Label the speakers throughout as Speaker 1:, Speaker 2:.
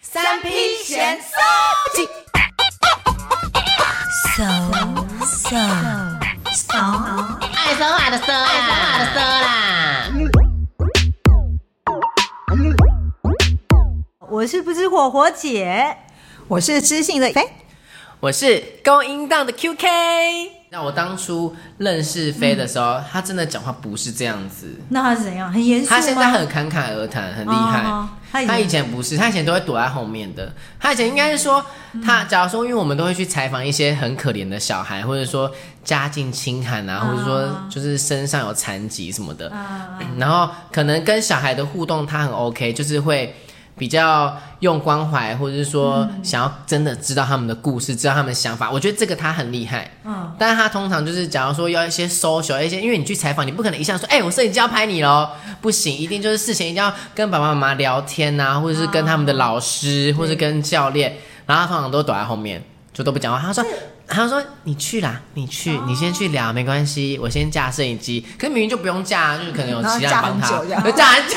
Speaker 1: 三批闲
Speaker 2: 手机。
Speaker 3: 手手手，
Speaker 2: 爱说话的说啦，爱说话的说啦。
Speaker 1: 我是不知火火姐，
Speaker 3: 我是知性的飞，
Speaker 2: 我是勾音档的 QK。那我当初认识飞的时候，他真的讲话不是这样子，
Speaker 1: 那他是怎样？很严肃吗？
Speaker 2: 他现在很侃侃而谈，很厉害。
Speaker 1: 哦他以前
Speaker 2: 他以前不是，他以前都会躲在后面的。他以前应该是说，
Speaker 1: 嗯
Speaker 2: 他假如说，因为我们都会去采访一些很可怜的小孩，或者说家境清寒啊，或者说就是身上有残疾什么的，
Speaker 1: 啊
Speaker 2: 然后可能跟小孩的互动他很 OK，就是会。比较用关怀，或者是说
Speaker 3: 嗯
Speaker 2: 想要真的知道他们的故事，知道他们的想法，我觉得这个他很厉害。
Speaker 1: 嗯，
Speaker 2: 但是他通常就是，假如说要一些 social 一些，因为你去采访，你不可能一下说，哎、我摄影机要拍你喽，不行，一定就是事前一定要跟爸爸妈妈聊天呐、或者是跟他们的老师，或者是跟教练，然后他通常都躲在后面，就都不讲话。他说，他说你去啦，你
Speaker 3: 哦
Speaker 2: 去，你先去聊，没关系，我先架摄影机。可是明明就不用架啊，就是可能有
Speaker 3: 然后
Speaker 2: 其他
Speaker 3: 架
Speaker 2: 人帮
Speaker 3: 很
Speaker 2: 他，
Speaker 3: 久这样
Speaker 2: 对 架 很久，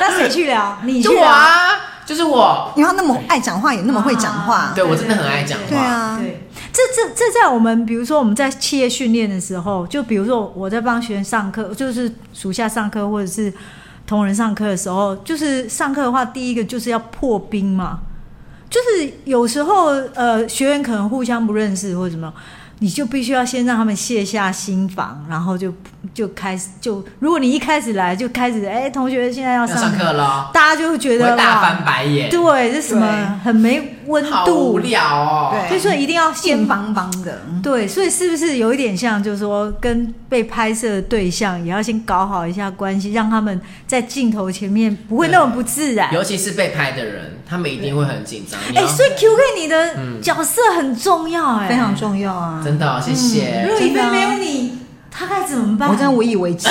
Speaker 1: 那谁去聊？你去
Speaker 2: 就我
Speaker 1: 聊。
Speaker 2: 啊，就是我，
Speaker 3: 因为他那么爱讲话，也那么会讲话，
Speaker 2: 对我真的很爱讲
Speaker 3: 对
Speaker 2: 话，
Speaker 3: 啊，
Speaker 1: 对，这这这在我们比如说我们在企业训练的时候，就比如说我在帮学生上课，就是属下上课或者是同仁上课的时候，就是上课的话，第一个就是要破冰嘛，就是有时候呃学员可能互相不认识或者什么。你就必须要先让他们卸下心防，然后就就开始就，如果你一开始来就开始，哎、同学现在要
Speaker 2: 要
Speaker 1: 上
Speaker 2: 上课喽，
Speaker 1: 大家就会觉
Speaker 2: 我
Speaker 1: 得
Speaker 2: 会大
Speaker 1: 哇
Speaker 2: 翻白眼，
Speaker 1: 对，这什么很没温
Speaker 2: 好
Speaker 1: 度，
Speaker 2: 无聊哦，
Speaker 3: 对
Speaker 1: 所以说一定要
Speaker 3: 硬
Speaker 1: 先把。
Speaker 3: 邦邦的，嗯
Speaker 1: 对，所以是不是有一点像，就是说跟被拍摄的对象也要先搞好一下关系，让他们在镜头前面不会那么不自然。
Speaker 2: 尤其是被拍的人，他们一定会很紧张。你
Speaker 1: 哎、
Speaker 2: 要
Speaker 1: 所以 QK 你的角色很重要、哎、
Speaker 3: 非常重要啊，
Speaker 2: 真的
Speaker 1: 嗯
Speaker 2: 哦、嗯谢谢。
Speaker 1: 如果一
Speaker 3: 真的
Speaker 1: 飞
Speaker 3: 啊
Speaker 1: 没有你，他该怎么办？
Speaker 3: 我真的无以为 继，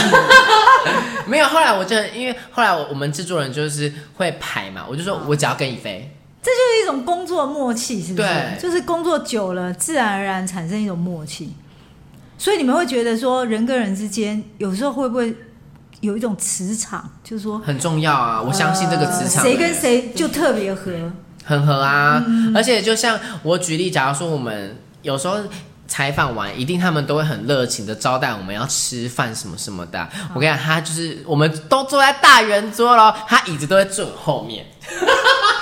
Speaker 2: 没有，后来我就因为后来我我们制作人就是会排嘛，我就
Speaker 1: 啊
Speaker 2: 说我只要跟一飞，
Speaker 1: 这就是一种工作默契，是不是
Speaker 2: 对？
Speaker 1: 就是工作久了，自然而然产生一种默契。所以你们会觉得说，人跟人之间有时候会不会有一种磁场，就是说
Speaker 2: 很重要啊，我相信这个磁场、
Speaker 1: 谁跟谁嗯就特别合。
Speaker 2: 很合啊。而且就像我举例，假如说我们有时候。采访完，一定他们都会很热情的招待我们，要吃饭什么什么的啊、我跟你讲，他就是我们都坐在大圆桌咯，他椅子都会坐我后面，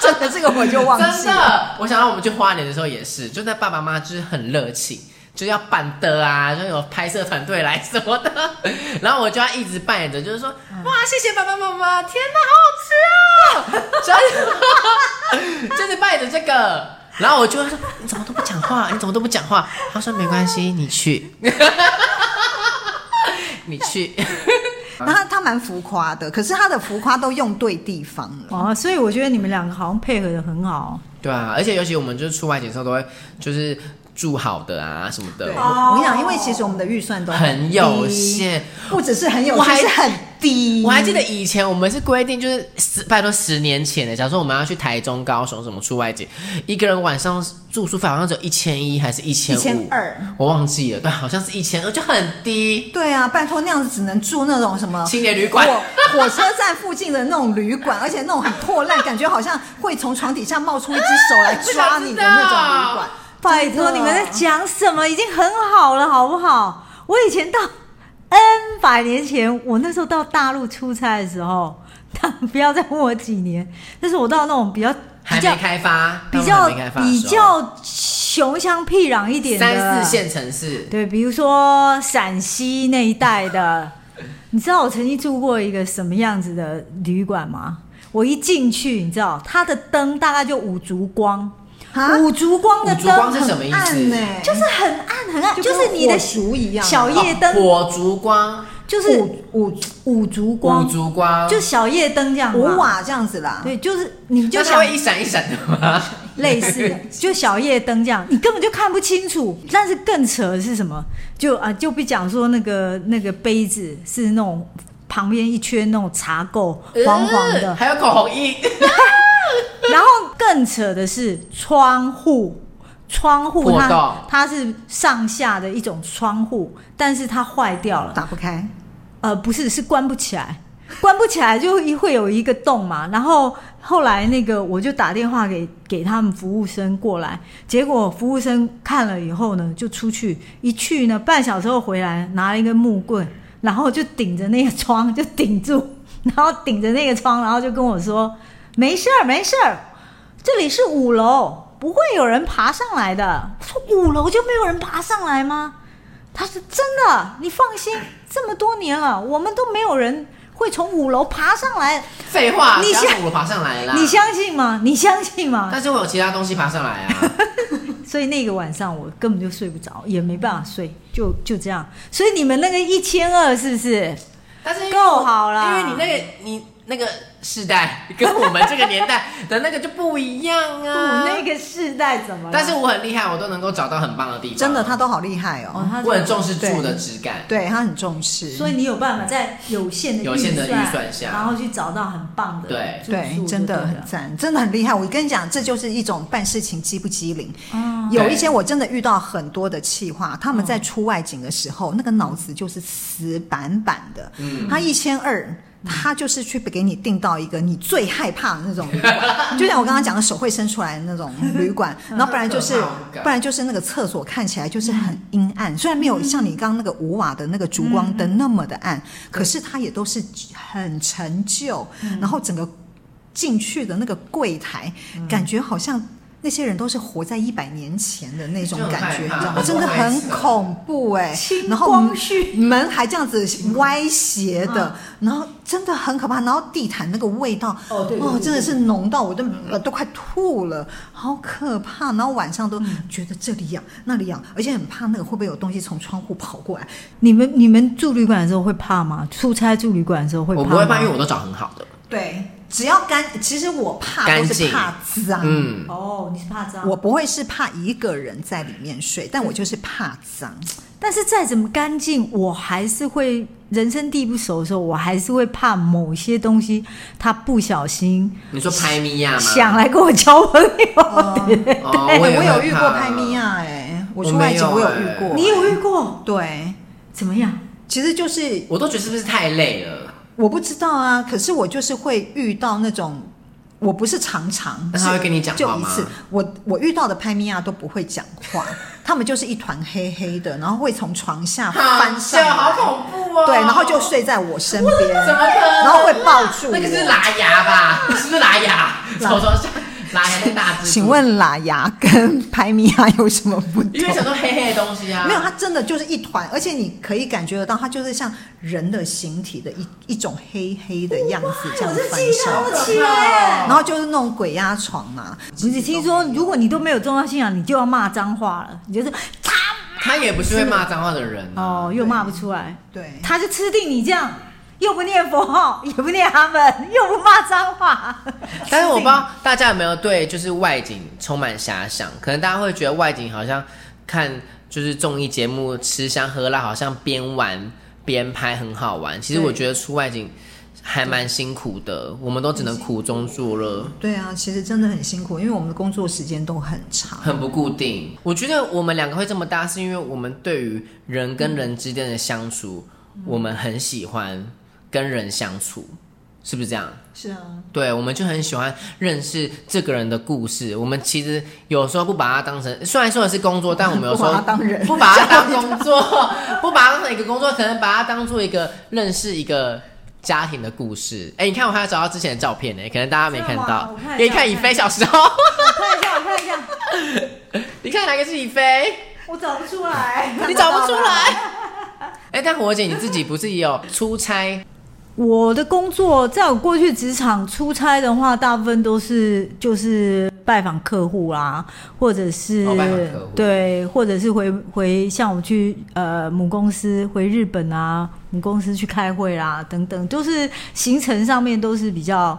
Speaker 3: 真的这个我就忘
Speaker 2: 真
Speaker 3: 记，
Speaker 2: 的，我想到我们去花莲的时候也是，就那爸爸妈妈就是很热情，就是要办的啊，就有拍摄团队来什么的， 然后我就要一直扮演着，就是说、哇，谢谢爸爸妈妈，天哪，好好吃哦，真的， 就是扮演着这个。然后我就会说：“你怎么都不讲话？你怎么都不讲话？”他说：“没关系，你去， 你去。
Speaker 3: 然后他他蛮浮夸的，可是他的浮夸都用对地方了，
Speaker 1: 哦，所以我觉得你们两个好像配合的很好。”
Speaker 2: 对啊，而且尤其我们就是出外景的时候都会就是住好的啊什么的
Speaker 3: 对，，嗯我跟你讲，因为其实我们的预算都
Speaker 2: 很
Speaker 3: 低
Speaker 2: 有，限。
Speaker 3: 不只是很有
Speaker 2: 我
Speaker 3: 限，
Speaker 2: 还
Speaker 3: 是很
Speaker 1: 嗯
Speaker 3: 低，
Speaker 2: 我还记得以前我们是规定，就是十拜托十年前的，假如说我们要去台中、高雄什么出外景，一个人晚上住宿费好像只有一千一还是一千五，
Speaker 3: 1200
Speaker 2: 我忘记了，对，好像是一千二，就很低。
Speaker 3: 对啊，拜托那样子只能住那种什么
Speaker 2: 青年旅馆
Speaker 3: 火火车站附近的那种旅馆，而且那种很破烂，感觉好像会从床底下冒出一只手来抓你的那 种旅馆。
Speaker 1: 拜托，
Speaker 3: 真的
Speaker 1: 你们在讲什么？已经很好了，好不好？我以前到 N 百年前，我那时候到大陆出差的时候， 他不要再问我几年，但是我到那种比较比
Speaker 2: 还
Speaker 1: 较
Speaker 2: 没开发，
Speaker 1: 比
Speaker 2: 他们
Speaker 1: 较
Speaker 2: 还没开发的
Speaker 1: 比
Speaker 2: 时候
Speaker 1: 较穷乡僻壤一点的
Speaker 2: 三四线城市，
Speaker 1: 对，比如说陕西那一带的， 你知道我曾经住过一个什么样子的旅馆吗？我一进去，你知道它的灯大概就五烛光，
Speaker 3: 啊
Speaker 1: 五烛光的
Speaker 2: 五
Speaker 1: 灯
Speaker 2: 烛光是
Speaker 1: 很
Speaker 2: 什么意
Speaker 3: 暗呢、
Speaker 2: 思？
Speaker 1: 就是很暗很暗，
Speaker 3: 就
Speaker 1: 就是
Speaker 3: 跟
Speaker 1: 你的
Speaker 3: 火烛一样
Speaker 1: 小夜灯
Speaker 2: 火烛光、
Speaker 1: 就是
Speaker 3: 五五
Speaker 1: 五烛
Speaker 2: 五
Speaker 1: 光，
Speaker 2: 烛光，
Speaker 1: 就小夜灯这样嘛
Speaker 3: 五，瓦这样子啦。
Speaker 1: 对，就是你就
Speaker 2: 那它
Speaker 1: 想
Speaker 2: 会一闪一闪的吗？
Speaker 1: 类似的，就小夜灯这样，你根本就看不清楚。但是更扯的是什么？就啊，就不讲说那个那个杯子是那种旁边一圈那种茶垢 黄黄
Speaker 2: 呃
Speaker 1: 的，
Speaker 2: 还有口红印，
Speaker 1: 然后更扯的是窗户。窗户
Speaker 2: 破洞
Speaker 1: 它它是上下的一种窗户，但是它坏掉了，
Speaker 3: 打不开，
Speaker 1: 呃，不是是关不起来，关不起来就一会有一个洞嘛。然后后来那个我就打电话给给他们服务生过来，结果服务生看了以后呢，就出去一去呢，半小时后回来拿了一根木棍，然后就顶着那个窗就顶住，然后顶着那个窗，然后就跟我说：“没事儿，没事儿，这里是五楼。”不会有人爬上来的。我说五楼就没有人爬上来吗？他说真的，你放心，这么多年了，我们都没有人会从五楼爬上来。
Speaker 2: 废话，
Speaker 1: 你
Speaker 2: 不要
Speaker 1: 想
Speaker 2: 从五楼爬上来啦。
Speaker 1: 你相信吗？ 你相信吗？
Speaker 2: 但是我有其他东西爬上来啊。
Speaker 1: 所以那个晚上我根本就睡不着，也没办法睡，就就这样。所以你们那个一千二是不是？
Speaker 2: 但是因为
Speaker 1: 够好啦
Speaker 2: 因为你那个你那个世代跟我们这个年代的那个就不一样
Speaker 3: 哦
Speaker 2: 啊。
Speaker 1: 我哦那个世代怎么了？
Speaker 2: 但是我很厉害，我都能够找到很棒的地方。
Speaker 3: 真的，他都好厉害
Speaker 1: 哦
Speaker 3: 哦，，
Speaker 1: 他
Speaker 2: 我很重视住的质感。
Speaker 3: 对他很重视，
Speaker 1: 所以你有办法在有限的
Speaker 2: 有限的预算下
Speaker 1: 然后去找到很棒的
Speaker 2: 对
Speaker 1: 住宿
Speaker 3: 对
Speaker 1: 就，
Speaker 3: 真的
Speaker 1: 对
Speaker 3: 很
Speaker 1: 了
Speaker 3: 赞，真的很厉害。我跟你讲，这就是一种办事情机不机灵。
Speaker 1: 哦
Speaker 3: 有一些我真的遇到很多的气话，他
Speaker 2: 嗯
Speaker 3: 们在出外景的时候，那个脑子就是死板板的。
Speaker 2: 嗯
Speaker 3: 他一千二，他就是去给你订到一个你最害怕的那种旅 馆，就像我刚刚讲的手会伸出来的那种旅馆，然后不然就是
Speaker 2: 很可怕我不敢
Speaker 3: 不然就是那个厕所看起来就是很阴暗，虽然
Speaker 2: 嗯
Speaker 3: 没有像你刚刚那个五瓦的那个烛光灯那么的暗，可是它也都是很陈旧，
Speaker 2: 嗯
Speaker 3: 然后整个进去的那个柜台，
Speaker 1: 嗯
Speaker 3: 感觉好像。那些人都是活在一百年前的那种
Speaker 2: 就很
Speaker 3: 感觉，你知
Speaker 2: 害怕
Speaker 3: 道吗？
Speaker 2: 很
Speaker 3: 真的
Speaker 2: 害
Speaker 3: 很
Speaker 2: 怕
Speaker 3: 恐怖 哎、
Speaker 1: 清
Speaker 3: 然后
Speaker 1: 光
Speaker 3: 门
Speaker 1: 绪
Speaker 3: 门还这样子歪斜的，然后真的很可怕。然后地毯那个味道，
Speaker 1: 哦嗯对对对嗯
Speaker 3: 真的是浓到我都、呃都快吐了，好可怕。然后晚上都
Speaker 1: 嗯
Speaker 3: 觉得这里痒、那里痒，而且很怕那个会不会有东西从窗户跑过来。
Speaker 1: 你们你们住旅馆的时候会怕吗？出差住旅馆的时候会怕
Speaker 2: 我
Speaker 1: 吗？
Speaker 2: 不会怕，因为我都找很好的。
Speaker 3: 对，只要干，其实我怕
Speaker 2: 干
Speaker 3: 都是
Speaker 2: 净
Speaker 3: 怕脏。
Speaker 2: 嗯，
Speaker 1: 哦，你是怕脏。
Speaker 3: 我不会是怕一个人在里面睡，但我就是怕脏。
Speaker 1: 但是再怎么干净，我还是会人生地不熟的时候，我还是会怕某些东西，它不小心
Speaker 2: 你说拍米亚吗？
Speaker 1: 想来跟我交朋友。
Speaker 2: 哦，
Speaker 3: 哎
Speaker 2: 我也
Speaker 3: 我
Speaker 2: 会
Speaker 3: 有遇过
Speaker 2: 怕
Speaker 3: 拍米，亚，哎，我
Speaker 2: 我
Speaker 3: 出外
Speaker 2: 没
Speaker 3: 景
Speaker 2: 有
Speaker 3: 我有
Speaker 2: 哎
Speaker 3: 遇 过。
Speaker 1: 你有遇过？
Speaker 3: 对，
Speaker 1: 怎么样？
Speaker 3: 其实就是
Speaker 2: 我都觉得是不是太累了？
Speaker 3: 我不知道啊，可是我就是会遇到那种，我不是常常，
Speaker 2: 那他会
Speaker 3: 是
Speaker 2: 跟你讲
Speaker 3: 就
Speaker 2: 话
Speaker 3: 一
Speaker 2: 吗
Speaker 3: 次。我我遇到的拍米亚都不会讲话，他们就是一团黑黑的，然后会从床下翻上
Speaker 2: 好笑
Speaker 3: 来，
Speaker 2: 好恐怖哦！
Speaker 3: 对，然后就睡在我身边，
Speaker 2: 怎么可能？
Speaker 3: 然后会抱住
Speaker 2: 那个是
Speaker 3: 我
Speaker 2: 拉牙吧？是不是拉牙？头上拉牙那大 只。
Speaker 3: 请，问喇牙跟拍米亚有什么不
Speaker 2: 因为
Speaker 3: 同
Speaker 2: 想？说黑黑的东西啊，
Speaker 3: 没有，它真的就是一团，而且你可以感觉得到，它就是像人的形体的一一种黑黑的样子，这样
Speaker 1: 我是
Speaker 3: 翻
Speaker 1: 记
Speaker 3: 上
Speaker 1: 得
Speaker 3: 来
Speaker 1: 我
Speaker 2: 好
Speaker 1: 起
Speaker 2: 可怕哦
Speaker 3: 然后就是那种鬼压床嘛，
Speaker 1: 不是听说，如果你都没有重要信仰，你就要骂脏话了，你就是
Speaker 2: 他也不是会骂脏话的人啊
Speaker 1: 哦，又骂不出来，
Speaker 3: 对，
Speaker 1: 他就吃定你这样，又不念佛号， 也不念阿门，又不骂脏 话。
Speaker 2: 但是我不知道大家有没有对就是外景充满遐想，可能大家会觉得外景好像看就是综艺节目吃香喝辣，好像边玩边拍很好玩。其实
Speaker 1: 对
Speaker 2: 我觉得出外景还蛮辛苦的，我们都只能苦中作乐。
Speaker 3: 对啊，其实真的很辛苦，因为我们的工作时间都很长。
Speaker 2: 很不固定。我觉得我们两个会这么搭，是因为我们对于人跟人之间的相处，我们很喜欢跟人相处，是不是这样？
Speaker 3: 是啊，
Speaker 2: 对，我们就很喜欢认识这个人的故事。我们其实有时候不把它当成，虽然说的是工作，但我们有时候
Speaker 3: 不把它当人
Speaker 2: 不把它当工作， 不把它当成一个工作，可能把它当做一个认识一个家庭的故事。哎，你看我还要找到之前的照片呢，可能大家没看
Speaker 1: 真的吗
Speaker 2: 到
Speaker 1: 我看一下，
Speaker 2: 给你看
Speaker 1: 我看一
Speaker 2: 以
Speaker 1: 下
Speaker 2: 飞小时候，
Speaker 1: 我看一下，我看一下，
Speaker 2: 你看哪个是以飞？
Speaker 1: 我找不出 来。
Speaker 2: 你找不出来。 哎、但火姐你自己不是也有出差？
Speaker 1: 我的工作，在我过去职场出差的话，大部分都是就是拜访客户啦，或者是、
Speaker 2: 哦拜访客户
Speaker 1: 对，或者是回回像我去呃母公司回日本啊，母公司去开会啦等等，就是行程上面都是比较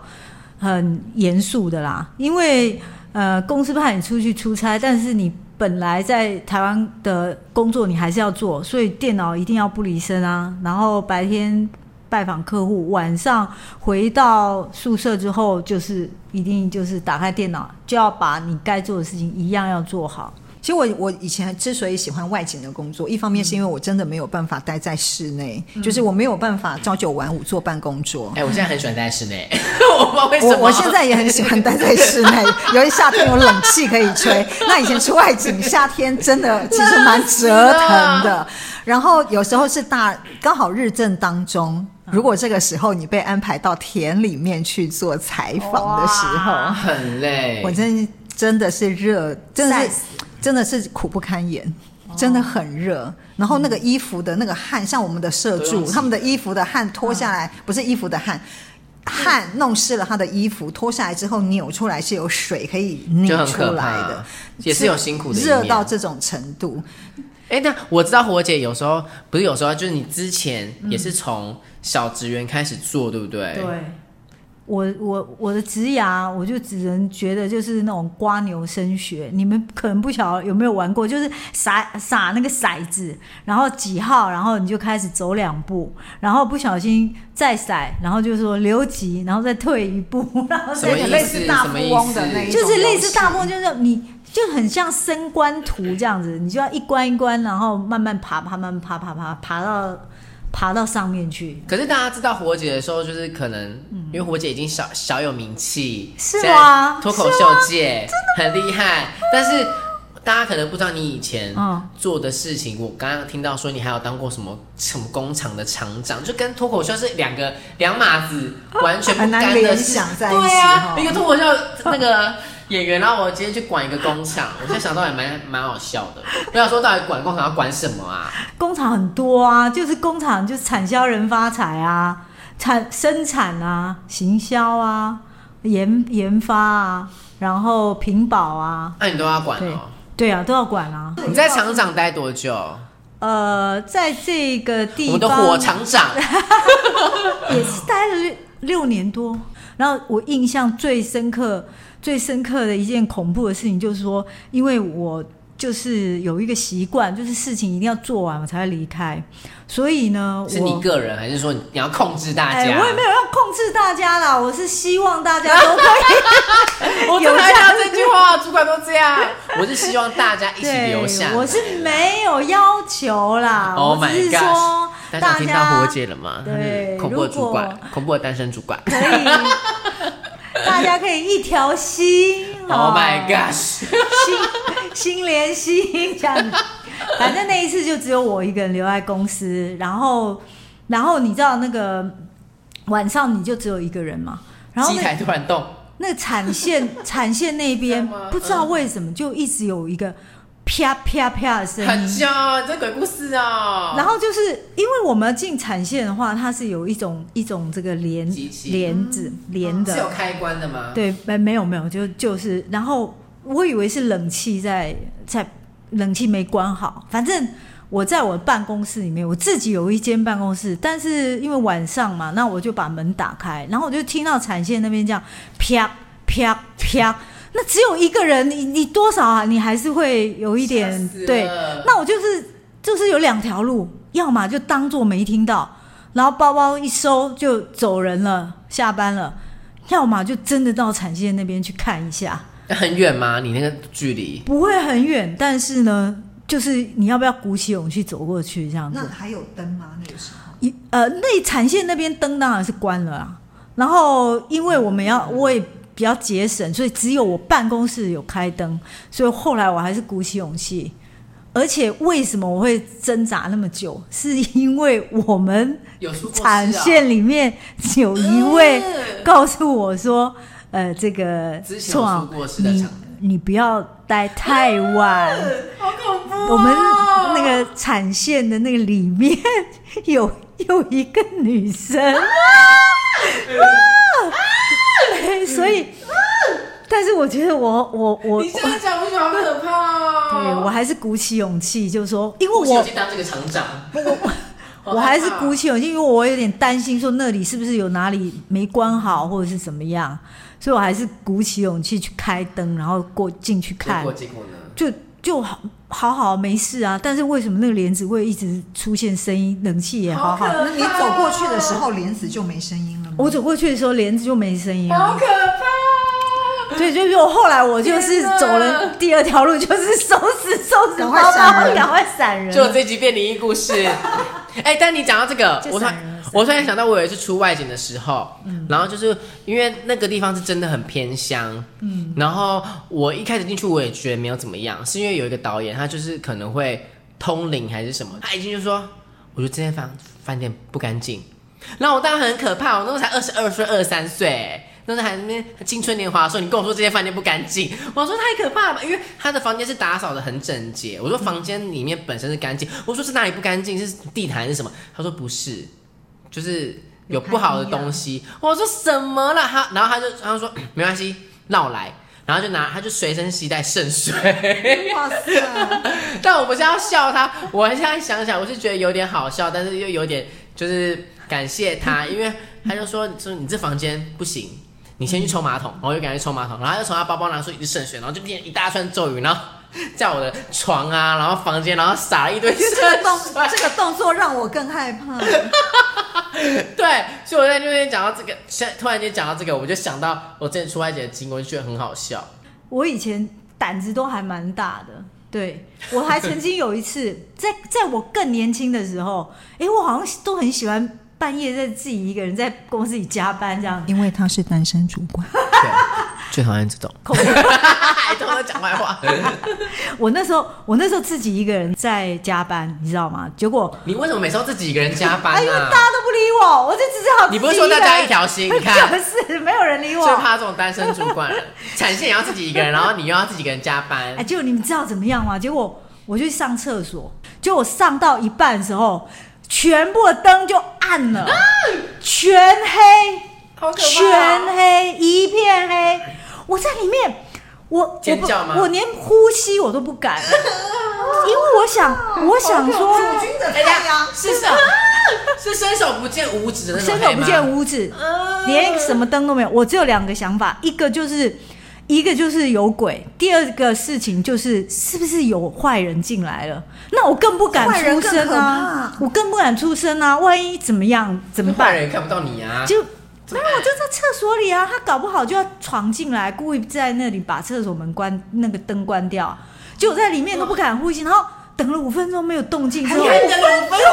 Speaker 1: 很严肃的啦，因为呃公司派你出去出差，但是你。本来在台湾的工作你还是要做，所以电脑一定要不离身啊。然后白天拜访客户，晚上回到宿舍之后，就是一定就是打开电脑，就要把你该做的事情一样要做好。
Speaker 3: 其实我我以前之所以喜欢外景的工作，一方面是因为我真的没有办法待在室内，就是我没有办法朝九晚五坐办公桌。
Speaker 2: 哎、我现在很喜欢待在室内， 我不知道为什么。
Speaker 3: 我我现在也很喜欢待在室 内，由于夏天有冷气可以吹。那以前出外景，夏天真的其实蛮折腾的。然后有时候是大刚好日正当中，如果这个时候你被安排到田里面去做采访的时候，
Speaker 1: 哇
Speaker 2: 很累，
Speaker 3: 我真真的是热，真的
Speaker 1: 晒
Speaker 3: 是真的是苦不堪言。真的很热，然后那个衣服的那个汗，像我们的社
Speaker 2: 都用
Speaker 3: 助，
Speaker 2: 洗
Speaker 3: 他们的衣服的汗脱下
Speaker 2: 嗯
Speaker 3: 来，不是衣服的汗，汗弄湿了他的衣服，脱下来之后扭出来是有水可以拧
Speaker 2: 就很
Speaker 3: 出
Speaker 2: 可
Speaker 3: 来
Speaker 2: 怕
Speaker 3: 的，，
Speaker 2: 也是有辛苦的一面。
Speaker 3: 热到这种程度，
Speaker 2: 哎、那我知道火姐有时候不是有时候，啊就是你之前
Speaker 3: 嗯
Speaker 2: 也是从小职员开始做，对不对？
Speaker 1: 对，我我我的职涯，我就只能觉得就是那种瓜牛升学。你们可能不晓得有没有玩过，就是撒撒那个骰子，然后几号，然后你就开始走两步，然后不小心再骰，然后就说留级，然后再退一步，然后
Speaker 2: 什么
Speaker 1: 再
Speaker 2: 意思
Speaker 3: 类似大富翁的那一种游戏，
Speaker 1: 就是类似大部分就是你就很像升官图这样子，你就要一关一关，然后慢慢爬，爬慢慢爬，爬爬爬到爬到上面去。
Speaker 2: 可是大家知道火姐的时候，就是可能、
Speaker 3: 嗯
Speaker 2: 因为火姐已经小小有名气，
Speaker 1: 是
Speaker 2: 现在
Speaker 1: 吗
Speaker 2: 脱口秀界很厉害，但是大家可能不知道你以前
Speaker 1: 嗯
Speaker 2: 做的事情。我刚刚听到说你还有当过什么什么工厂的厂长，就跟脱口秀是两个两码子完全不
Speaker 3: 很
Speaker 2: 干
Speaker 3: 难
Speaker 2: 的
Speaker 3: 联
Speaker 2: 事
Speaker 3: 想在一
Speaker 2: 对
Speaker 3: 起
Speaker 2: 啊，
Speaker 3: 哦
Speaker 2: 一个脱口秀那个演员，然后我今天去管一个工厂，我现在想到也蛮蛮好笑的。我想说，到底管工厂要管什么啊？
Speaker 1: 工厂很多啊，就是工厂就是产销人发财啊，产生产啊，行销啊，研研发啊，然后屏保啊，
Speaker 2: 那、你都要管
Speaker 1: 对
Speaker 2: 哦。
Speaker 1: 对啊，都要管啊。
Speaker 2: 你在厂长待多久？
Speaker 1: 呃，在这个地
Speaker 2: 我
Speaker 1: 方
Speaker 2: 们的火 厂长，
Speaker 1: 也是待了六六年多。然后我印象最深刻、最深刻的一件恐怖的事情，就是说，因为我就是有一个习惯，就是事情一定要做完我才会离开，所以呢，
Speaker 2: 是
Speaker 1: 我
Speaker 2: 你个人还是说你你要控制大
Speaker 1: 哎，
Speaker 2: 家？
Speaker 1: 我也没有要控制大家啦，我是希望大家都可以
Speaker 2: 我
Speaker 1: 有
Speaker 2: 真的
Speaker 1: 下
Speaker 2: 要这句话，主管都这样。我是希望大 家一起
Speaker 1: 对
Speaker 2: 留下。
Speaker 1: 我是没有要求啦，
Speaker 2: Oh
Speaker 1: 我
Speaker 2: my
Speaker 1: 只是
Speaker 2: gosh
Speaker 1: 说
Speaker 2: 大家
Speaker 1: 大
Speaker 2: 有听到
Speaker 1: 家
Speaker 2: 火姐了吗？
Speaker 1: 对
Speaker 2: 恐怖的
Speaker 1: 如
Speaker 2: 主
Speaker 1: 果
Speaker 2: 管，恐怖的单身主管。
Speaker 1: 可以， 大家可以一条心。
Speaker 2: Oh my
Speaker 1: 哦
Speaker 2: gosh！
Speaker 1: 心心连心这样子。反正那一次就只有我一个人留在公司，然后，然后你知道那个晚上你就只有一个人嘛，然后
Speaker 2: 机
Speaker 1: 那
Speaker 2: 台突然动，
Speaker 1: 那产 线产线那边
Speaker 2: 知道吗
Speaker 1: 不知道为什么就一直有一个啪啪啪的声
Speaker 2: 很
Speaker 1: 音，
Speaker 2: 像这鬼故事哦。
Speaker 1: 然后就是因为我们要进产线的话，它是有一种一种这个帘
Speaker 2: 机器嗯哦
Speaker 1: 帘子帘的，
Speaker 2: 是有开关的吗？
Speaker 1: 对，没没有没有，就就是，然后我以为是冷气在在冷气没关好，反正我在我办公室里面，我自己有一间办公室，但是因为晚上嘛，那我就把门打开，然后我就听到产线那边这样啪啪啪，那只有一个人，你你多少啊，你还是会有一点
Speaker 2: 吓死了
Speaker 1: 对，那我就是就是有两条路，要么就当做没听到，然后包包一收就走人了，下班了；要么就真的到产线那边去看一下，
Speaker 2: 那很远吗？你那个距离？
Speaker 1: 不会很远，但是呢，就是你要不要鼓起勇气走过去这样子
Speaker 3: 那？还有灯吗？那个时候
Speaker 1: 一呃，那产线那边灯当然是关了啊。然后因为我们要，我也比较节省，所以只有我办公室有开灯，所以后来我还是鼓起勇气。而且为什么我会挣扎那么久？是因为我们
Speaker 2: 有出过事啊
Speaker 1: 产线里面有一位
Speaker 2: 嗯
Speaker 1: 告诉我说：“呃，这个
Speaker 2: 之前有
Speaker 1: 宋昂
Speaker 2: 出过事的
Speaker 1: 你
Speaker 2: 厂
Speaker 1: 你不要待太晚。”
Speaker 2: 好恐怖哦！
Speaker 1: 我们那个产线的那个里面有有一个女生，啊对哎所以，但是我觉得我我我，
Speaker 2: 你这样讲，我觉得好可怕哦。
Speaker 1: 对我还是鼓起勇气，就说，因为
Speaker 2: 我
Speaker 1: 我
Speaker 2: 去当这个厂长，
Speaker 1: 我还是鼓起勇气，因为我有点担心说那里是不是有哪里没关好或者是怎么样，所以我还是鼓起勇气去开灯，然后过进去
Speaker 2: 结
Speaker 1: 看
Speaker 2: 果，结果呢？
Speaker 1: 就就好好好没事啊，但是为什么那个帘子会一直出现声音？冷气也好好，
Speaker 2: 好可
Speaker 3: 那你走过去的时候，帘子就没声音了吗？
Speaker 1: 我走过去的时候帘子就没声音
Speaker 2: 好
Speaker 1: 啊。
Speaker 2: 可怕！
Speaker 1: 对，就是我后来我就是
Speaker 2: 天哪
Speaker 1: 走了第二条路，就是收拾收拾
Speaker 3: 赶
Speaker 1: 包
Speaker 3: 快
Speaker 1: 包，
Speaker 3: 闪人
Speaker 1: 赶快闪人。
Speaker 2: 就这集变灵异故事。 哎、但你讲到这个，
Speaker 1: 就
Speaker 2: 我突
Speaker 1: 闪
Speaker 2: 然
Speaker 1: 人闪
Speaker 2: 我突然想到，我有一次出外景的时候，然后就是因为那个地方是真的很偏乡，嗯，然后我一开始进去我也觉得没有怎么样，是因为有一个导演他就是可能会通灵还是什么，他一进去就说，我觉得这间房饭店不干净，然后我当然很可怕，我那时候才二十二岁、二三岁。那时候还在那边青春年华的时候，你跟我说这间饭店不干净，我说太可怕了吧，因为他的房间是打扫的很整洁。我说房间里面本身是干净，我说是哪里不干净？是地毯还是什么？他说不是，就是有不好的东西。我说什么啦？他然后他就他就说嗯没关系，让我来。然后就拿他就随身携带圣水，
Speaker 3: 哇塞，
Speaker 2: 但我不是要笑他，我现在想想我是觉得有点好笑，但是又有点就是感谢他，因为他就说说你这房间不行。你先去冲马桶，然后我就赶紧去冲马桶，然后他就从他包包拿出一支圣水，然后就变成一大串咒语，然后在我的床啊，然后房间，然后撒了一堆圣
Speaker 3: 这个动
Speaker 2: 水。
Speaker 3: 这个动作让我更害怕。
Speaker 2: 对，所以我在那边讲到这个，现在突然间讲到这个，我就想到我之前出外景的经过，就觉得很好笑。
Speaker 1: 我以前胆子都还蛮大的，对我还曾经有一次，在在我更年轻的时候，诶，我好像都很喜欢半夜在自己一个人在公司里加班这样。
Speaker 3: 因为他是单身主管，
Speaker 2: 对，最讨厌这种，还偷偷讲坏话。
Speaker 1: 我那时候我那时候自己一个人在加班，你知道吗？结果
Speaker 2: 你为什么每次都自己一个人加班
Speaker 1: 哎，因为大
Speaker 2: 啊？
Speaker 1: 家都不理我，我就只好
Speaker 2: 你不是说大家一条
Speaker 1: 自己
Speaker 2: 心？
Speaker 1: 个
Speaker 2: 你
Speaker 1: 人
Speaker 2: 看，
Speaker 1: 就是没有人理
Speaker 2: 最
Speaker 1: 我。
Speaker 2: 怕这种单身主管了，产线也要自己一个人，然后你又要自己一个人加班
Speaker 1: 哎，。结果你们知道怎么样吗？结果我去上厕所，结果我上到一半的时候，全部的灯就暗了，全黑，
Speaker 2: 啊好可怕啊
Speaker 1: 全黑，一片黑。我在里面，我我
Speaker 2: 尖叫吗
Speaker 1: 不，我连呼吸我都不 敢，因为我想，我想说，
Speaker 3: 主君的
Speaker 2: 哎
Speaker 3: 太阳
Speaker 2: 呀，是手，是伸手不见五指的那种
Speaker 1: 伸
Speaker 2: 黑嗯
Speaker 1: 手不
Speaker 2: 吗
Speaker 1: 见五指，连什么灯都没有。我只有两个想法，一个就是。一个就是有鬼，第二个事情就是是不是有坏人进来了？那我更不敢
Speaker 3: 坏人
Speaker 1: 出
Speaker 3: 更
Speaker 1: 声啊
Speaker 3: 可！怕
Speaker 1: 我更不敢出声啊！万一怎么样怎么办
Speaker 2: 坏？人也看不到你啊。
Speaker 1: 就没有，我就在厕所里啊，他搞不好就要闯进来，故意在那里把厕所门关那个灯关掉，结果在里面都不敢呼吸，然后等了五分钟没有动静之
Speaker 2: 还
Speaker 1: 后，
Speaker 2: 看着五分钟。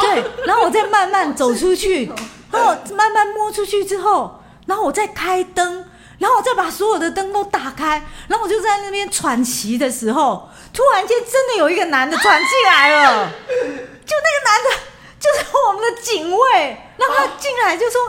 Speaker 1: 对，然后我再慢慢走出去， 然后我慢慢摸出去之后，然后我再开灯，然后我再把所有的灯都打开，然后我就在那边喘息的时候，突然间真的有一个男的闯进来 了，就那个男的就是我们的警卫，然后他进来就说：“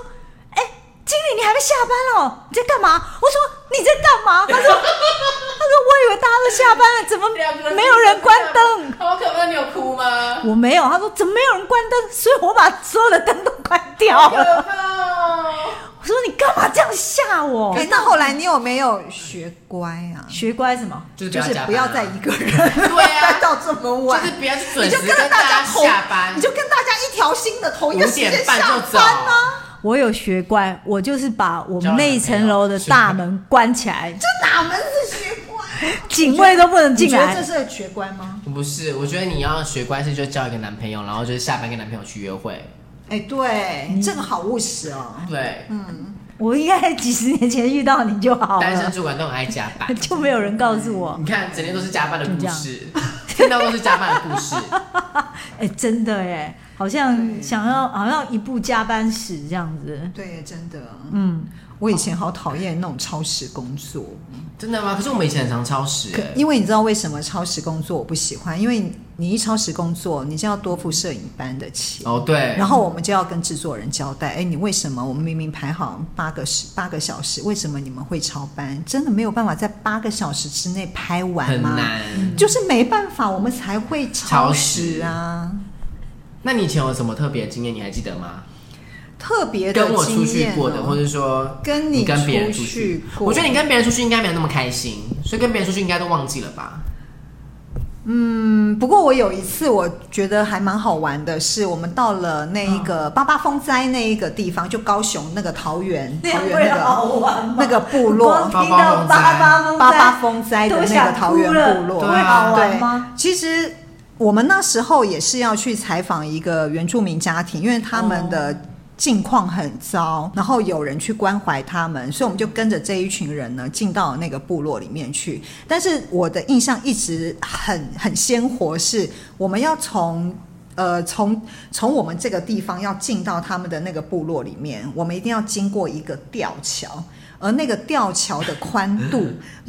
Speaker 1: 哎、经理，你还没下班哦？你在干嘛？”我说：“你在干嘛？”他说：“他说我以为大家都下班了，怎么没有人关灯？”
Speaker 2: 好可怕！你有哭吗？
Speaker 1: 我没有，他说怎么没有人关灯？所以我把所有的灯都关掉了。
Speaker 2: 可怕哦！
Speaker 1: 我说你干嘛这样吓我？
Speaker 3: 哎，那后来你有没有学乖啊？
Speaker 1: 学乖什么？
Speaker 2: 就是
Speaker 3: 就是
Speaker 2: 加班啊
Speaker 3: 不要再一个人
Speaker 2: 对啊
Speaker 3: 待到这么晚，
Speaker 2: 就是不要去
Speaker 3: 你
Speaker 2: 准
Speaker 3: 就
Speaker 2: 时
Speaker 3: 跟
Speaker 2: 跟
Speaker 3: 大
Speaker 2: 大
Speaker 3: 家
Speaker 2: 家
Speaker 3: 同
Speaker 2: 下班，
Speaker 3: 你就跟大家一条心的同一个
Speaker 2: 五
Speaker 3: 时间
Speaker 2: 点
Speaker 3: 下
Speaker 2: 半就走
Speaker 3: 班啊，
Speaker 1: 我有学乖，我就是把我们那一层楼的大门关起来，
Speaker 3: 这哪门子学乖？
Speaker 1: 警卫都不能进
Speaker 3: 你觉得
Speaker 1: 来。
Speaker 3: 这是学乖吗？
Speaker 2: 不是，我觉得你要学乖是就交一个男朋友，然后就是下班跟男朋友去约会。
Speaker 3: 哎，对，这个好务实哦。
Speaker 2: 对，
Speaker 1: 我应该几十年前遇到你就好
Speaker 2: 单身
Speaker 1: 了，。
Speaker 2: 主管都很爱加班
Speaker 1: 就没有人告诉我。
Speaker 3: 嗯
Speaker 2: 你看，整天都是加班的
Speaker 1: 就这
Speaker 2: 故
Speaker 1: 样
Speaker 2: 事，听到都是加班的故事。
Speaker 1: 哎、真的哎，好像想要好像一步加班史这样子。
Speaker 3: 对，真的，
Speaker 1: 嗯，
Speaker 3: 我以前好讨厌那种超时工作，
Speaker 2: 真的吗？可是我们以前很常超时、
Speaker 3: 可
Speaker 2: 哎
Speaker 3: 因为你知道为什么超时工作我不喜欢？因为你一超时工作，你就要多付摄影班的钱。
Speaker 2: 哦，对
Speaker 3: 然，后我们就要跟制作人交代，哎，你为什么我们明明排好八个时八个小时，为什么你们会超班？真的没有办法在八个小时之内拍完
Speaker 2: 很
Speaker 3: 吗？
Speaker 2: 难。
Speaker 3: 就是没办法，我们才会超
Speaker 2: 超
Speaker 3: 时
Speaker 2: 时
Speaker 3: 啊。
Speaker 2: 那你以前有什么特别的经验？你还记得吗？
Speaker 3: 特别的
Speaker 2: 跟我
Speaker 3: 经
Speaker 2: 出去
Speaker 3: 验
Speaker 2: 过的，
Speaker 3: 哦
Speaker 2: 或者说
Speaker 3: 跟你
Speaker 2: 跟别人
Speaker 3: 出
Speaker 2: 出
Speaker 3: 去过
Speaker 2: 我觉得你跟别人出去应该没有那么开心，所以跟别人出去应该都忘记了吧？
Speaker 3: 嗯，不过我有一次我觉得还蛮好玩的，是我们到了那一个八八风灾那一个地方，就高雄那个桃园，桃园那
Speaker 1: 哦
Speaker 3: 个
Speaker 1: 玩
Speaker 3: 那个部落
Speaker 1: 光。听到八八风灾
Speaker 3: 八八风灾的那个桃园部落，
Speaker 1: 都想哭了
Speaker 2: 对
Speaker 1: 会
Speaker 2: 啊
Speaker 1: 好玩吗？
Speaker 3: 对，其实我们那时候也是要去采访一个原住民家庭，因为他们的境况很糟，然后有人去关怀他们，所以我们就跟着这一群人呢进到那个部落里面去。但是我的印象一直很很鲜活是，我们要从。呃，从从我们这个地方要进到他们的那个部落里面，我们一定要经过一个吊桥，而那个吊桥的宽度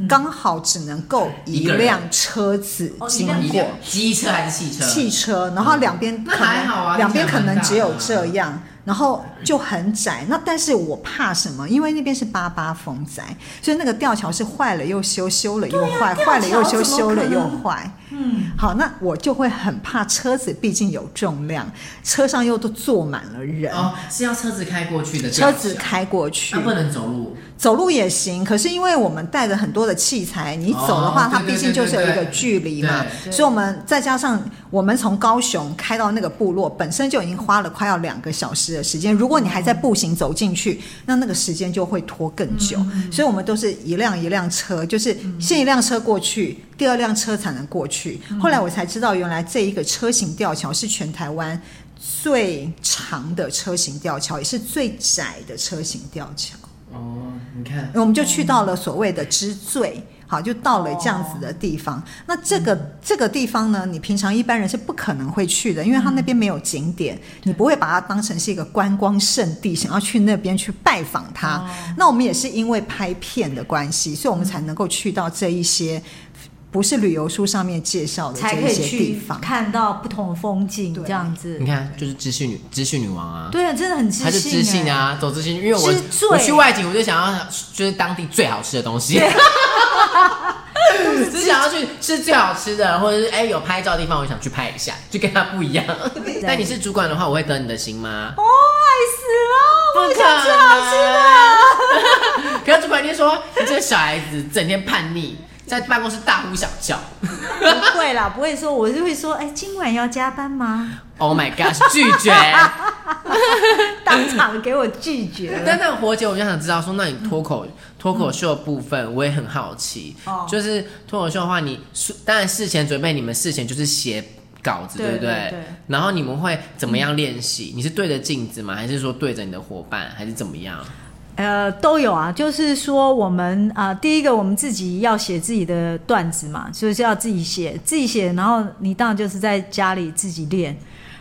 Speaker 3: 刚好只能够
Speaker 2: 一
Speaker 3: 一
Speaker 2: 个人
Speaker 3: 辆车子
Speaker 1: 哦一
Speaker 3: 经
Speaker 1: 辆
Speaker 3: 过。
Speaker 2: 机车还是汽车？
Speaker 3: 汽车，然后两边
Speaker 2: 那
Speaker 3: 可能
Speaker 2: 还好啊
Speaker 3: 两边
Speaker 2: 听起来
Speaker 3: 可
Speaker 2: 蛮
Speaker 3: 能
Speaker 2: 大
Speaker 3: 只有
Speaker 2: 的啊
Speaker 3: 这样，然后就很窄。那但是我怕什么？因为那边是八八风灾，所以那个吊桥是坏了又修，修了又坏，
Speaker 1: 吊桥
Speaker 3: 坏了又修，
Speaker 1: 怎么
Speaker 3: 修了
Speaker 1: 可
Speaker 3: 又
Speaker 1: 能
Speaker 3: 坏。
Speaker 1: 嗯，
Speaker 3: 好，那我就会很怕车子，毕竟有重量，车上又都坐满了人，
Speaker 2: 哦，是要车子开过去的吊
Speaker 3: 车
Speaker 2: 桥，
Speaker 3: 子开过去，
Speaker 2: 啊那不能走路。
Speaker 3: 走路也行，可是因为我们带着很多的器材，你走的话，
Speaker 2: 哦
Speaker 3: 它
Speaker 2: 对
Speaker 3: 毕竟就是有一个距离嘛
Speaker 2: 对对。
Speaker 1: 对
Speaker 3: 所以我们再加上我们从高雄开到那个部落，本身就已经花了快要两个小时的时间。如果你还在步行走进去，那那个时间就会拖更久。
Speaker 2: 嗯
Speaker 3: 所以我们都是一辆一辆车，就是先一辆车过去，第二辆车才能过去。后来我才知道，原来这一个车型吊桥是全台湾。最长的车型吊桥，也是最窄的车型吊桥。
Speaker 2: 哦，你看，
Speaker 3: 我们就去到了所谓的知罪，好，就到了这样子
Speaker 1: 哦
Speaker 3: 的地方。那这个、
Speaker 1: 嗯
Speaker 3: 这个地方呢，你平常一般人是不可能会去的，因为它那边没有景点，
Speaker 1: 嗯
Speaker 3: 你不会把它当成是一个观光胜地，想要去那边去拜访它。
Speaker 1: 哦
Speaker 3: 那我们也是因为拍片的关系，所以我
Speaker 1: 嗯
Speaker 3: 们才能够去到这一些不是旅游书上面介绍的
Speaker 1: 才
Speaker 3: 这
Speaker 1: 可
Speaker 3: 一
Speaker 1: 以
Speaker 3: 些地
Speaker 1: 去
Speaker 3: 方。
Speaker 1: 看到不同的风景，
Speaker 3: 对
Speaker 1: 这样子
Speaker 2: 你。看，就是知识女，知识女王啊。
Speaker 1: 对啊，真的很
Speaker 2: 她
Speaker 1: 自
Speaker 2: 就知
Speaker 1: 信
Speaker 2: 性
Speaker 1: 哎、
Speaker 2: 啊，走知性，因为我
Speaker 1: 知最
Speaker 2: 我去外景，我就想要就是当地最好吃的东西， 只想要去吃最好吃的，或者是哎、有拍照的地方，我想去拍一下，就跟他不一样。 那你是主管的话，我会得你的心吗？
Speaker 1: 哦，爱死了！我
Speaker 2: 不
Speaker 1: 想吃好吃的。
Speaker 2: 的。可是主管就说：“你这个小孩子整天叛逆，在办公室大呼小叫。
Speaker 1: 不啊会啦，不会说，我就会说，哎、今晚要加班吗？
Speaker 2: ”Oh my god！拒绝。
Speaker 1: 当场给我拒绝了。
Speaker 2: 但那个活姐，我就想知道说，那你脱口脱口秀的部分，我也很好奇。
Speaker 1: 嗯哦
Speaker 2: 就是脱口秀的话，你事当然事前准备，你们事前就是写稿子，
Speaker 1: 对
Speaker 2: 不
Speaker 1: 对对
Speaker 2: 然后你们会怎么样练习？你是对着镜子吗？还是说对着你的伙伴，还是怎么样？
Speaker 1: 呃，都有啊，就是说我们啊、第一个我们自己要写自己的段子嘛，所以是要自己写，自己写，然后你当然就是在家里自己练，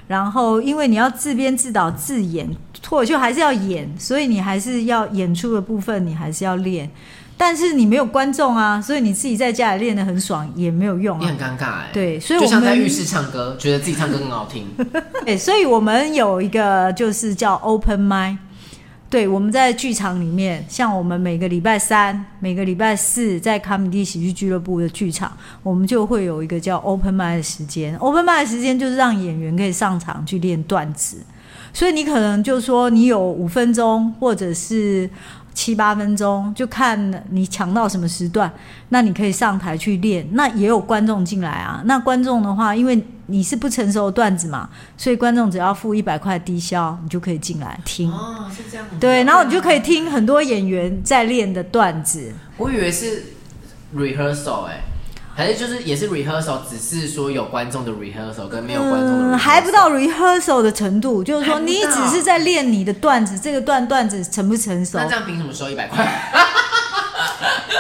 Speaker 1: 然后因为你要自编自导自演，脱口秀还是要演，所以你还是要演出的部分你还是要练，但是你没有观众啊，所以你自己在家里练得很爽也没有用
Speaker 2: 也
Speaker 1: 啊
Speaker 2: 很。尴尬哎、
Speaker 1: 对所以
Speaker 2: 就像
Speaker 1: 我们
Speaker 2: 在浴室唱歌，觉得自己唱歌很好 听。
Speaker 1: 对，所以我们有一个就是叫 open mic。对，我们在剧场里面，像我们每个礼拜三、每个礼拜四在卡米蒂喜剧俱乐部的剧场，我们就会有一个叫 open mic 的时间。open mic 的时间就是让演员可以上场去练段子，所以你可能就说你有五分钟，或者是七八分钟，就看你抢到什么时段，那你可以上台去练。那也有观众进来啊，那观众的话，因为你是不成熟的段子嘛，所以观众只要付一百块低消，你就可以进来听。
Speaker 2: 哦，是这样。
Speaker 1: 对，然后你就可以听很多演员在练的段子。
Speaker 2: 我以为是 rehearsal 哎、还是就是也是 rehearsal，只是说有观众的 rehearsal 跟没有观众的 rehearsal、
Speaker 1: 嗯，还不到 rehearsal 的程度，就是说
Speaker 2: 还不到
Speaker 1: 你只是在练你的段子，这个段段子成不成熟
Speaker 2: 那？这样凭什么收一百块？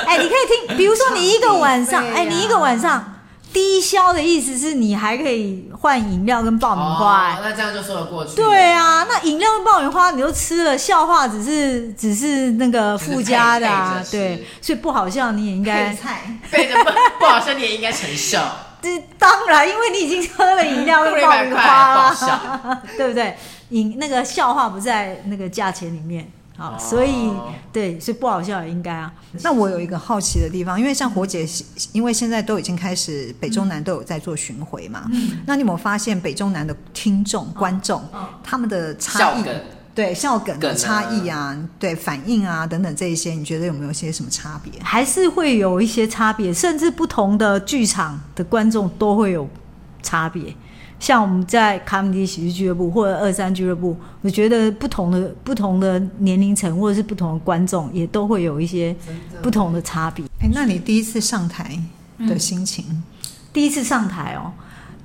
Speaker 1: 哎，你可以听，比如说 你一个晚上，
Speaker 3: 场地费
Speaker 1: 哎，
Speaker 3: 啊
Speaker 1: 你一个晚上低消的意思是你还可以换饮料跟爆米花、哎
Speaker 2: 哦，那这样就说得过去。
Speaker 1: 对，啊，那饮料跟爆米花你都吃了，笑话只是只是那个
Speaker 2: 只是
Speaker 1: 附加的
Speaker 2: 配
Speaker 1: 啊
Speaker 2: 配着，吃
Speaker 1: 对，所以不好笑你也应该
Speaker 3: 配菜，
Speaker 2: 背着不不好笑你也应该承 受，
Speaker 1: 这当然，因为你已经喝了饮料
Speaker 2: 付
Speaker 1: 跟
Speaker 2: 了一
Speaker 1: 爆
Speaker 2: 百
Speaker 1: 米
Speaker 2: 块
Speaker 1: 花
Speaker 2: 不好
Speaker 1: 啦，
Speaker 2: 笑。
Speaker 1: 对不对？饮那个笑话不在那个价钱里面，好，
Speaker 2: 哦
Speaker 1: 所以对，所以不好笑也应该啊。
Speaker 3: 那我有一个好奇的地方，因为像火姐，因为现在都已经开始北中南都有在做巡回嘛，
Speaker 2: 嗯
Speaker 3: 那你有没有发现北中南的听众、观众、
Speaker 1: 嗯
Speaker 3: 他们的 差
Speaker 2: 哦笑
Speaker 3: 异？
Speaker 2: 梗，
Speaker 3: 对笑梗
Speaker 2: 梗
Speaker 3: 的
Speaker 2: 啊
Speaker 3: 差异啊，对反应啊等等这一些，你觉得有没有些什么差别？
Speaker 1: 还是会有一些差别，甚至不同的剧场的观众都会有差别。像我们在卡米迪喜剧俱乐部或者二三俱乐部，我觉得不同的不同的年龄层或者是不同的观众，也都会有一些不同的差别。
Speaker 3: 哎，那你第一次上台
Speaker 2: 嗯
Speaker 3: 的心情？
Speaker 1: 第一次上台哦，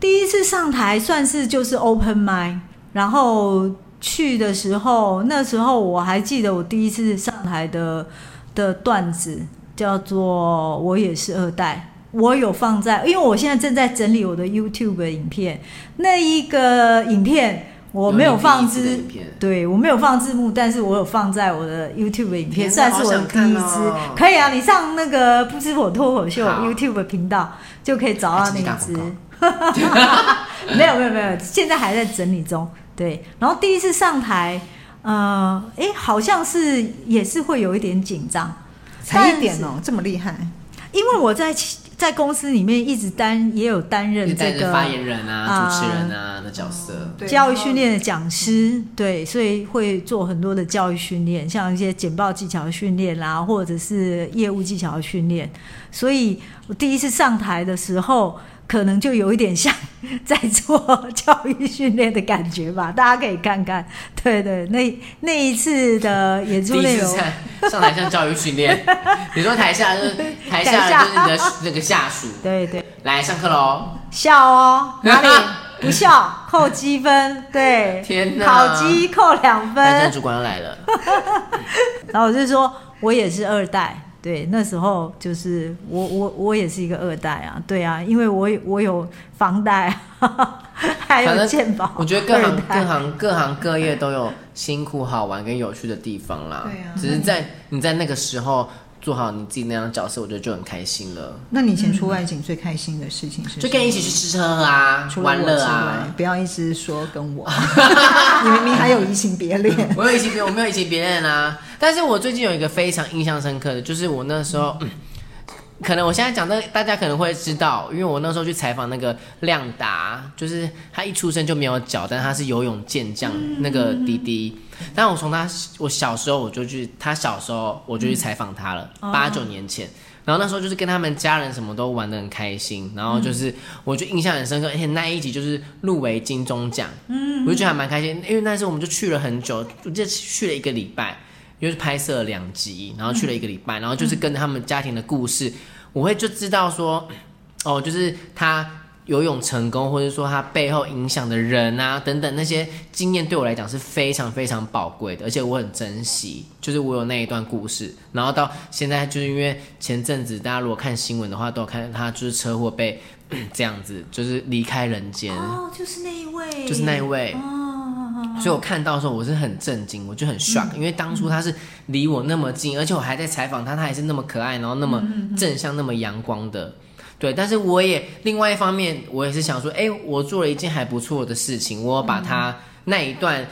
Speaker 1: 第一次上台算是就是 open m i d 然后去的时候，那时候我还记得我第一次上台的的段子叫做“我也是二代”，我有放在，因为我现在正在整理我的 YouTube 的影片，那一个影片我没有放
Speaker 2: 有你
Speaker 1: 字
Speaker 2: 第一次的影片，
Speaker 1: 对我没有放字幕，但是我有放在我的 YouTube 的影片，
Speaker 2: 天哪
Speaker 1: 算是我的
Speaker 2: 好想
Speaker 1: 第一
Speaker 2: 看
Speaker 1: 支。
Speaker 2: 哦
Speaker 1: 可以啊，你上那个不知火脱口秀
Speaker 2: 好
Speaker 1: YouTube 频道就可以找到那一
Speaker 2: 还是
Speaker 1: 支
Speaker 2: 你打广。
Speaker 1: 没有没有没有，现在还在整理中。对，然后第一次上台，呃，哎，好像是也是会有一点紧张，
Speaker 3: 才一点哦，这么厉害，
Speaker 1: 因为我在在公司里面一直担也有担任
Speaker 2: 你
Speaker 1: 这
Speaker 2: 带
Speaker 1: 个
Speaker 2: 着发言人啊、
Speaker 1: 啊
Speaker 2: 主持人啊的角色，
Speaker 3: 对
Speaker 1: 教育训练的讲师，对，所以会做很多的教育训练，像一些简报技巧的训练啦，或者是业务技巧的训练。所以我第一次上台的时候，可能就有一点像在做教育训练的感觉吧， 大家可以看看。对对，那那一次的演
Speaker 2: 第
Speaker 1: 出
Speaker 2: 一
Speaker 1: 内
Speaker 2: 次
Speaker 1: 容，
Speaker 2: 上 上台像教育 训练，你说台下就是
Speaker 1: 台
Speaker 2: 台下
Speaker 1: 下
Speaker 2: 就是你的那个下属，
Speaker 1: 对对，
Speaker 2: 来上课喽，
Speaker 1: 笑哦，哪里不 笑扣积分，对，
Speaker 2: 天哪
Speaker 1: 烤鸡扣两分，
Speaker 2: 台上主管要 来了，
Speaker 1: 然后我就说，我也是二代，对，那时候就是我我我也是一个二代啊，对啊，因为我有我有房贷，啊 还
Speaker 2: 反
Speaker 1: 有
Speaker 2: 正
Speaker 1: 健保，
Speaker 2: 我觉得各
Speaker 1: 二
Speaker 2: 行
Speaker 1: 代
Speaker 2: 各行各行各业都有辛苦、好玩跟有趣的地方啦。
Speaker 3: 对啊
Speaker 2: 只是在你在那个时候做好你自己那样的角色，我觉得就很开心了。
Speaker 3: 那你以前出外景最开心的事情是什么？
Speaker 2: 就跟你一起去吃吃喝喝啊，
Speaker 3: 除了
Speaker 2: 玩
Speaker 3: 我
Speaker 2: 乐
Speaker 3: 之
Speaker 2: 啊
Speaker 3: 外。， 不要一直说跟 我，你明明还有移情别恋。
Speaker 2: 我有一起别，我没有一起别人啊。但是我最近有一个非常印象深刻的，就是我那时候，嗯可能我现在讲的大家可能会知道，因为我那时候去采访那个亮达，就是他一出生就没有脚，但他是游泳健将
Speaker 3: 嗯
Speaker 2: 那个滴滴。但我从他我小时候我就去，他小时候我就去采访他了，
Speaker 3: 哦
Speaker 2: 八九、年前。然后那时候就是跟他们家人什么都玩的很开心，然后就是
Speaker 3: 嗯
Speaker 2: 我就印象很深刻，而且那一集就是入围金钟奖，嗯，我就觉得还蛮开心，因为那时候我们就去了很久，我记得去了一个礼拜，因为拍摄了两集，然后去了一个礼拜，然后就是跟着他们家庭的故事，我会就知道说，哦，就是他游泳成功，或者说他背后影响的人啊等等那些经验，对我来讲是非常非常宝贵的，而且我很珍惜，就是我有那一段故事。然后到现在，就是因为前阵子大家如果看新闻的话，都有看到他就是车祸被 这样子，就是离开人间，
Speaker 1: 哦，就是那一位，
Speaker 2: 就是那一位。
Speaker 1: 哦，
Speaker 2: 所以我看到的时候，我是很震惊，我就很 shock，、因为当初他是离我那么近，而且我还在采访他，他还是那么可爱，然后那么正向、那么阳光的。对，但是我也另外一方面，我也是想说，哎、我做了一件还不错的事情，我把他那一段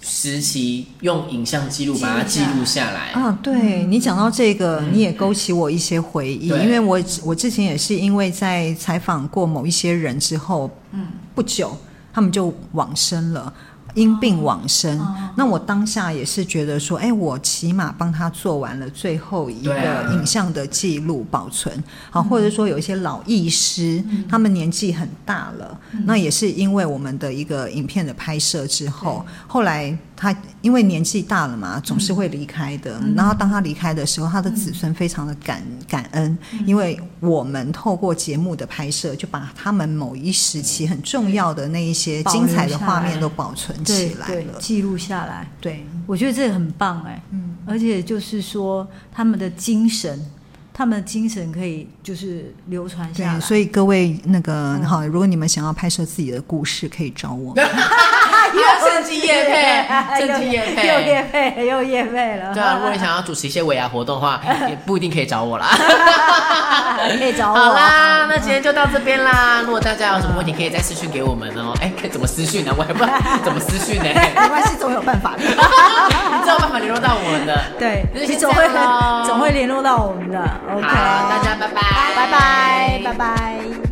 Speaker 2: 时期用影像记录把它记录下来。
Speaker 3: 啊，对你讲到这个，你也勾起我一些回忆，
Speaker 2: 嗯对
Speaker 3: 因为我我之前也是因为在采访过某一些人之后，嗯，不久他们就往生了。因病往生，
Speaker 2: 哦
Speaker 3: 那我当下也是觉得说，哎、我起码帮他做完了最后一
Speaker 2: 对
Speaker 3: 个
Speaker 2: 啊嗯
Speaker 3: 影像的记录保存，好、或者说有一些老艺师，他们年纪很大了，
Speaker 2: 嗯
Speaker 3: 那也是因为我们的一个影片的拍摄之后，后来他因为年纪大了
Speaker 1: 嗯
Speaker 3: 嘛，总是会离开的。然后当他离开的时候，他的子孙非常的感感恩，
Speaker 1: 嗯
Speaker 3: 因为我们透过节目的拍摄，就把他们某一时期很重要的那一些
Speaker 1: 保
Speaker 3: 精
Speaker 1: 留
Speaker 3: 彩的
Speaker 1: 下
Speaker 3: 画面
Speaker 1: 来
Speaker 3: 都保
Speaker 2: 嗯
Speaker 3: 存
Speaker 1: 对
Speaker 3: 起来
Speaker 1: 对，
Speaker 3: 了。
Speaker 1: 记录下来，
Speaker 3: 对，
Speaker 1: 我觉得这很棒哎，
Speaker 3: 嗯，
Speaker 1: 而且就是说他们的精神，他们的精神可以就是流传下来，嗯
Speaker 3: 对， 所以各位那个好，如果你们想要拍摄自己的故事，可以找我。
Speaker 2: 又趁机夜 配，趁机
Speaker 1: 又
Speaker 2: 夜配，
Speaker 1: 哎又夜配，又夜配了。
Speaker 2: 对啊，如果你想要主持一些尾牙活动的 话，也不一定可以找我啦。
Speaker 1: 可以找我。
Speaker 2: 好啦，那今天就到这边啦。如果大家有什么问题，可以再私讯给我们哦。哎、怎么私讯呢、我也不知 道怎么私 讯呢、
Speaker 3: 没关系，总有办法的。
Speaker 2: 你知道办法联络到我们的。
Speaker 1: 对，
Speaker 2: 那就
Speaker 1: 你
Speaker 2: 先
Speaker 1: 总
Speaker 2: 这
Speaker 1: 会
Speaker 2: 样咯
Speaker 1: 总会联络到我们的。OK，
Speaker 2: 啊好，大家拜拜，
Speaker 1: 拜拜，拜。拜。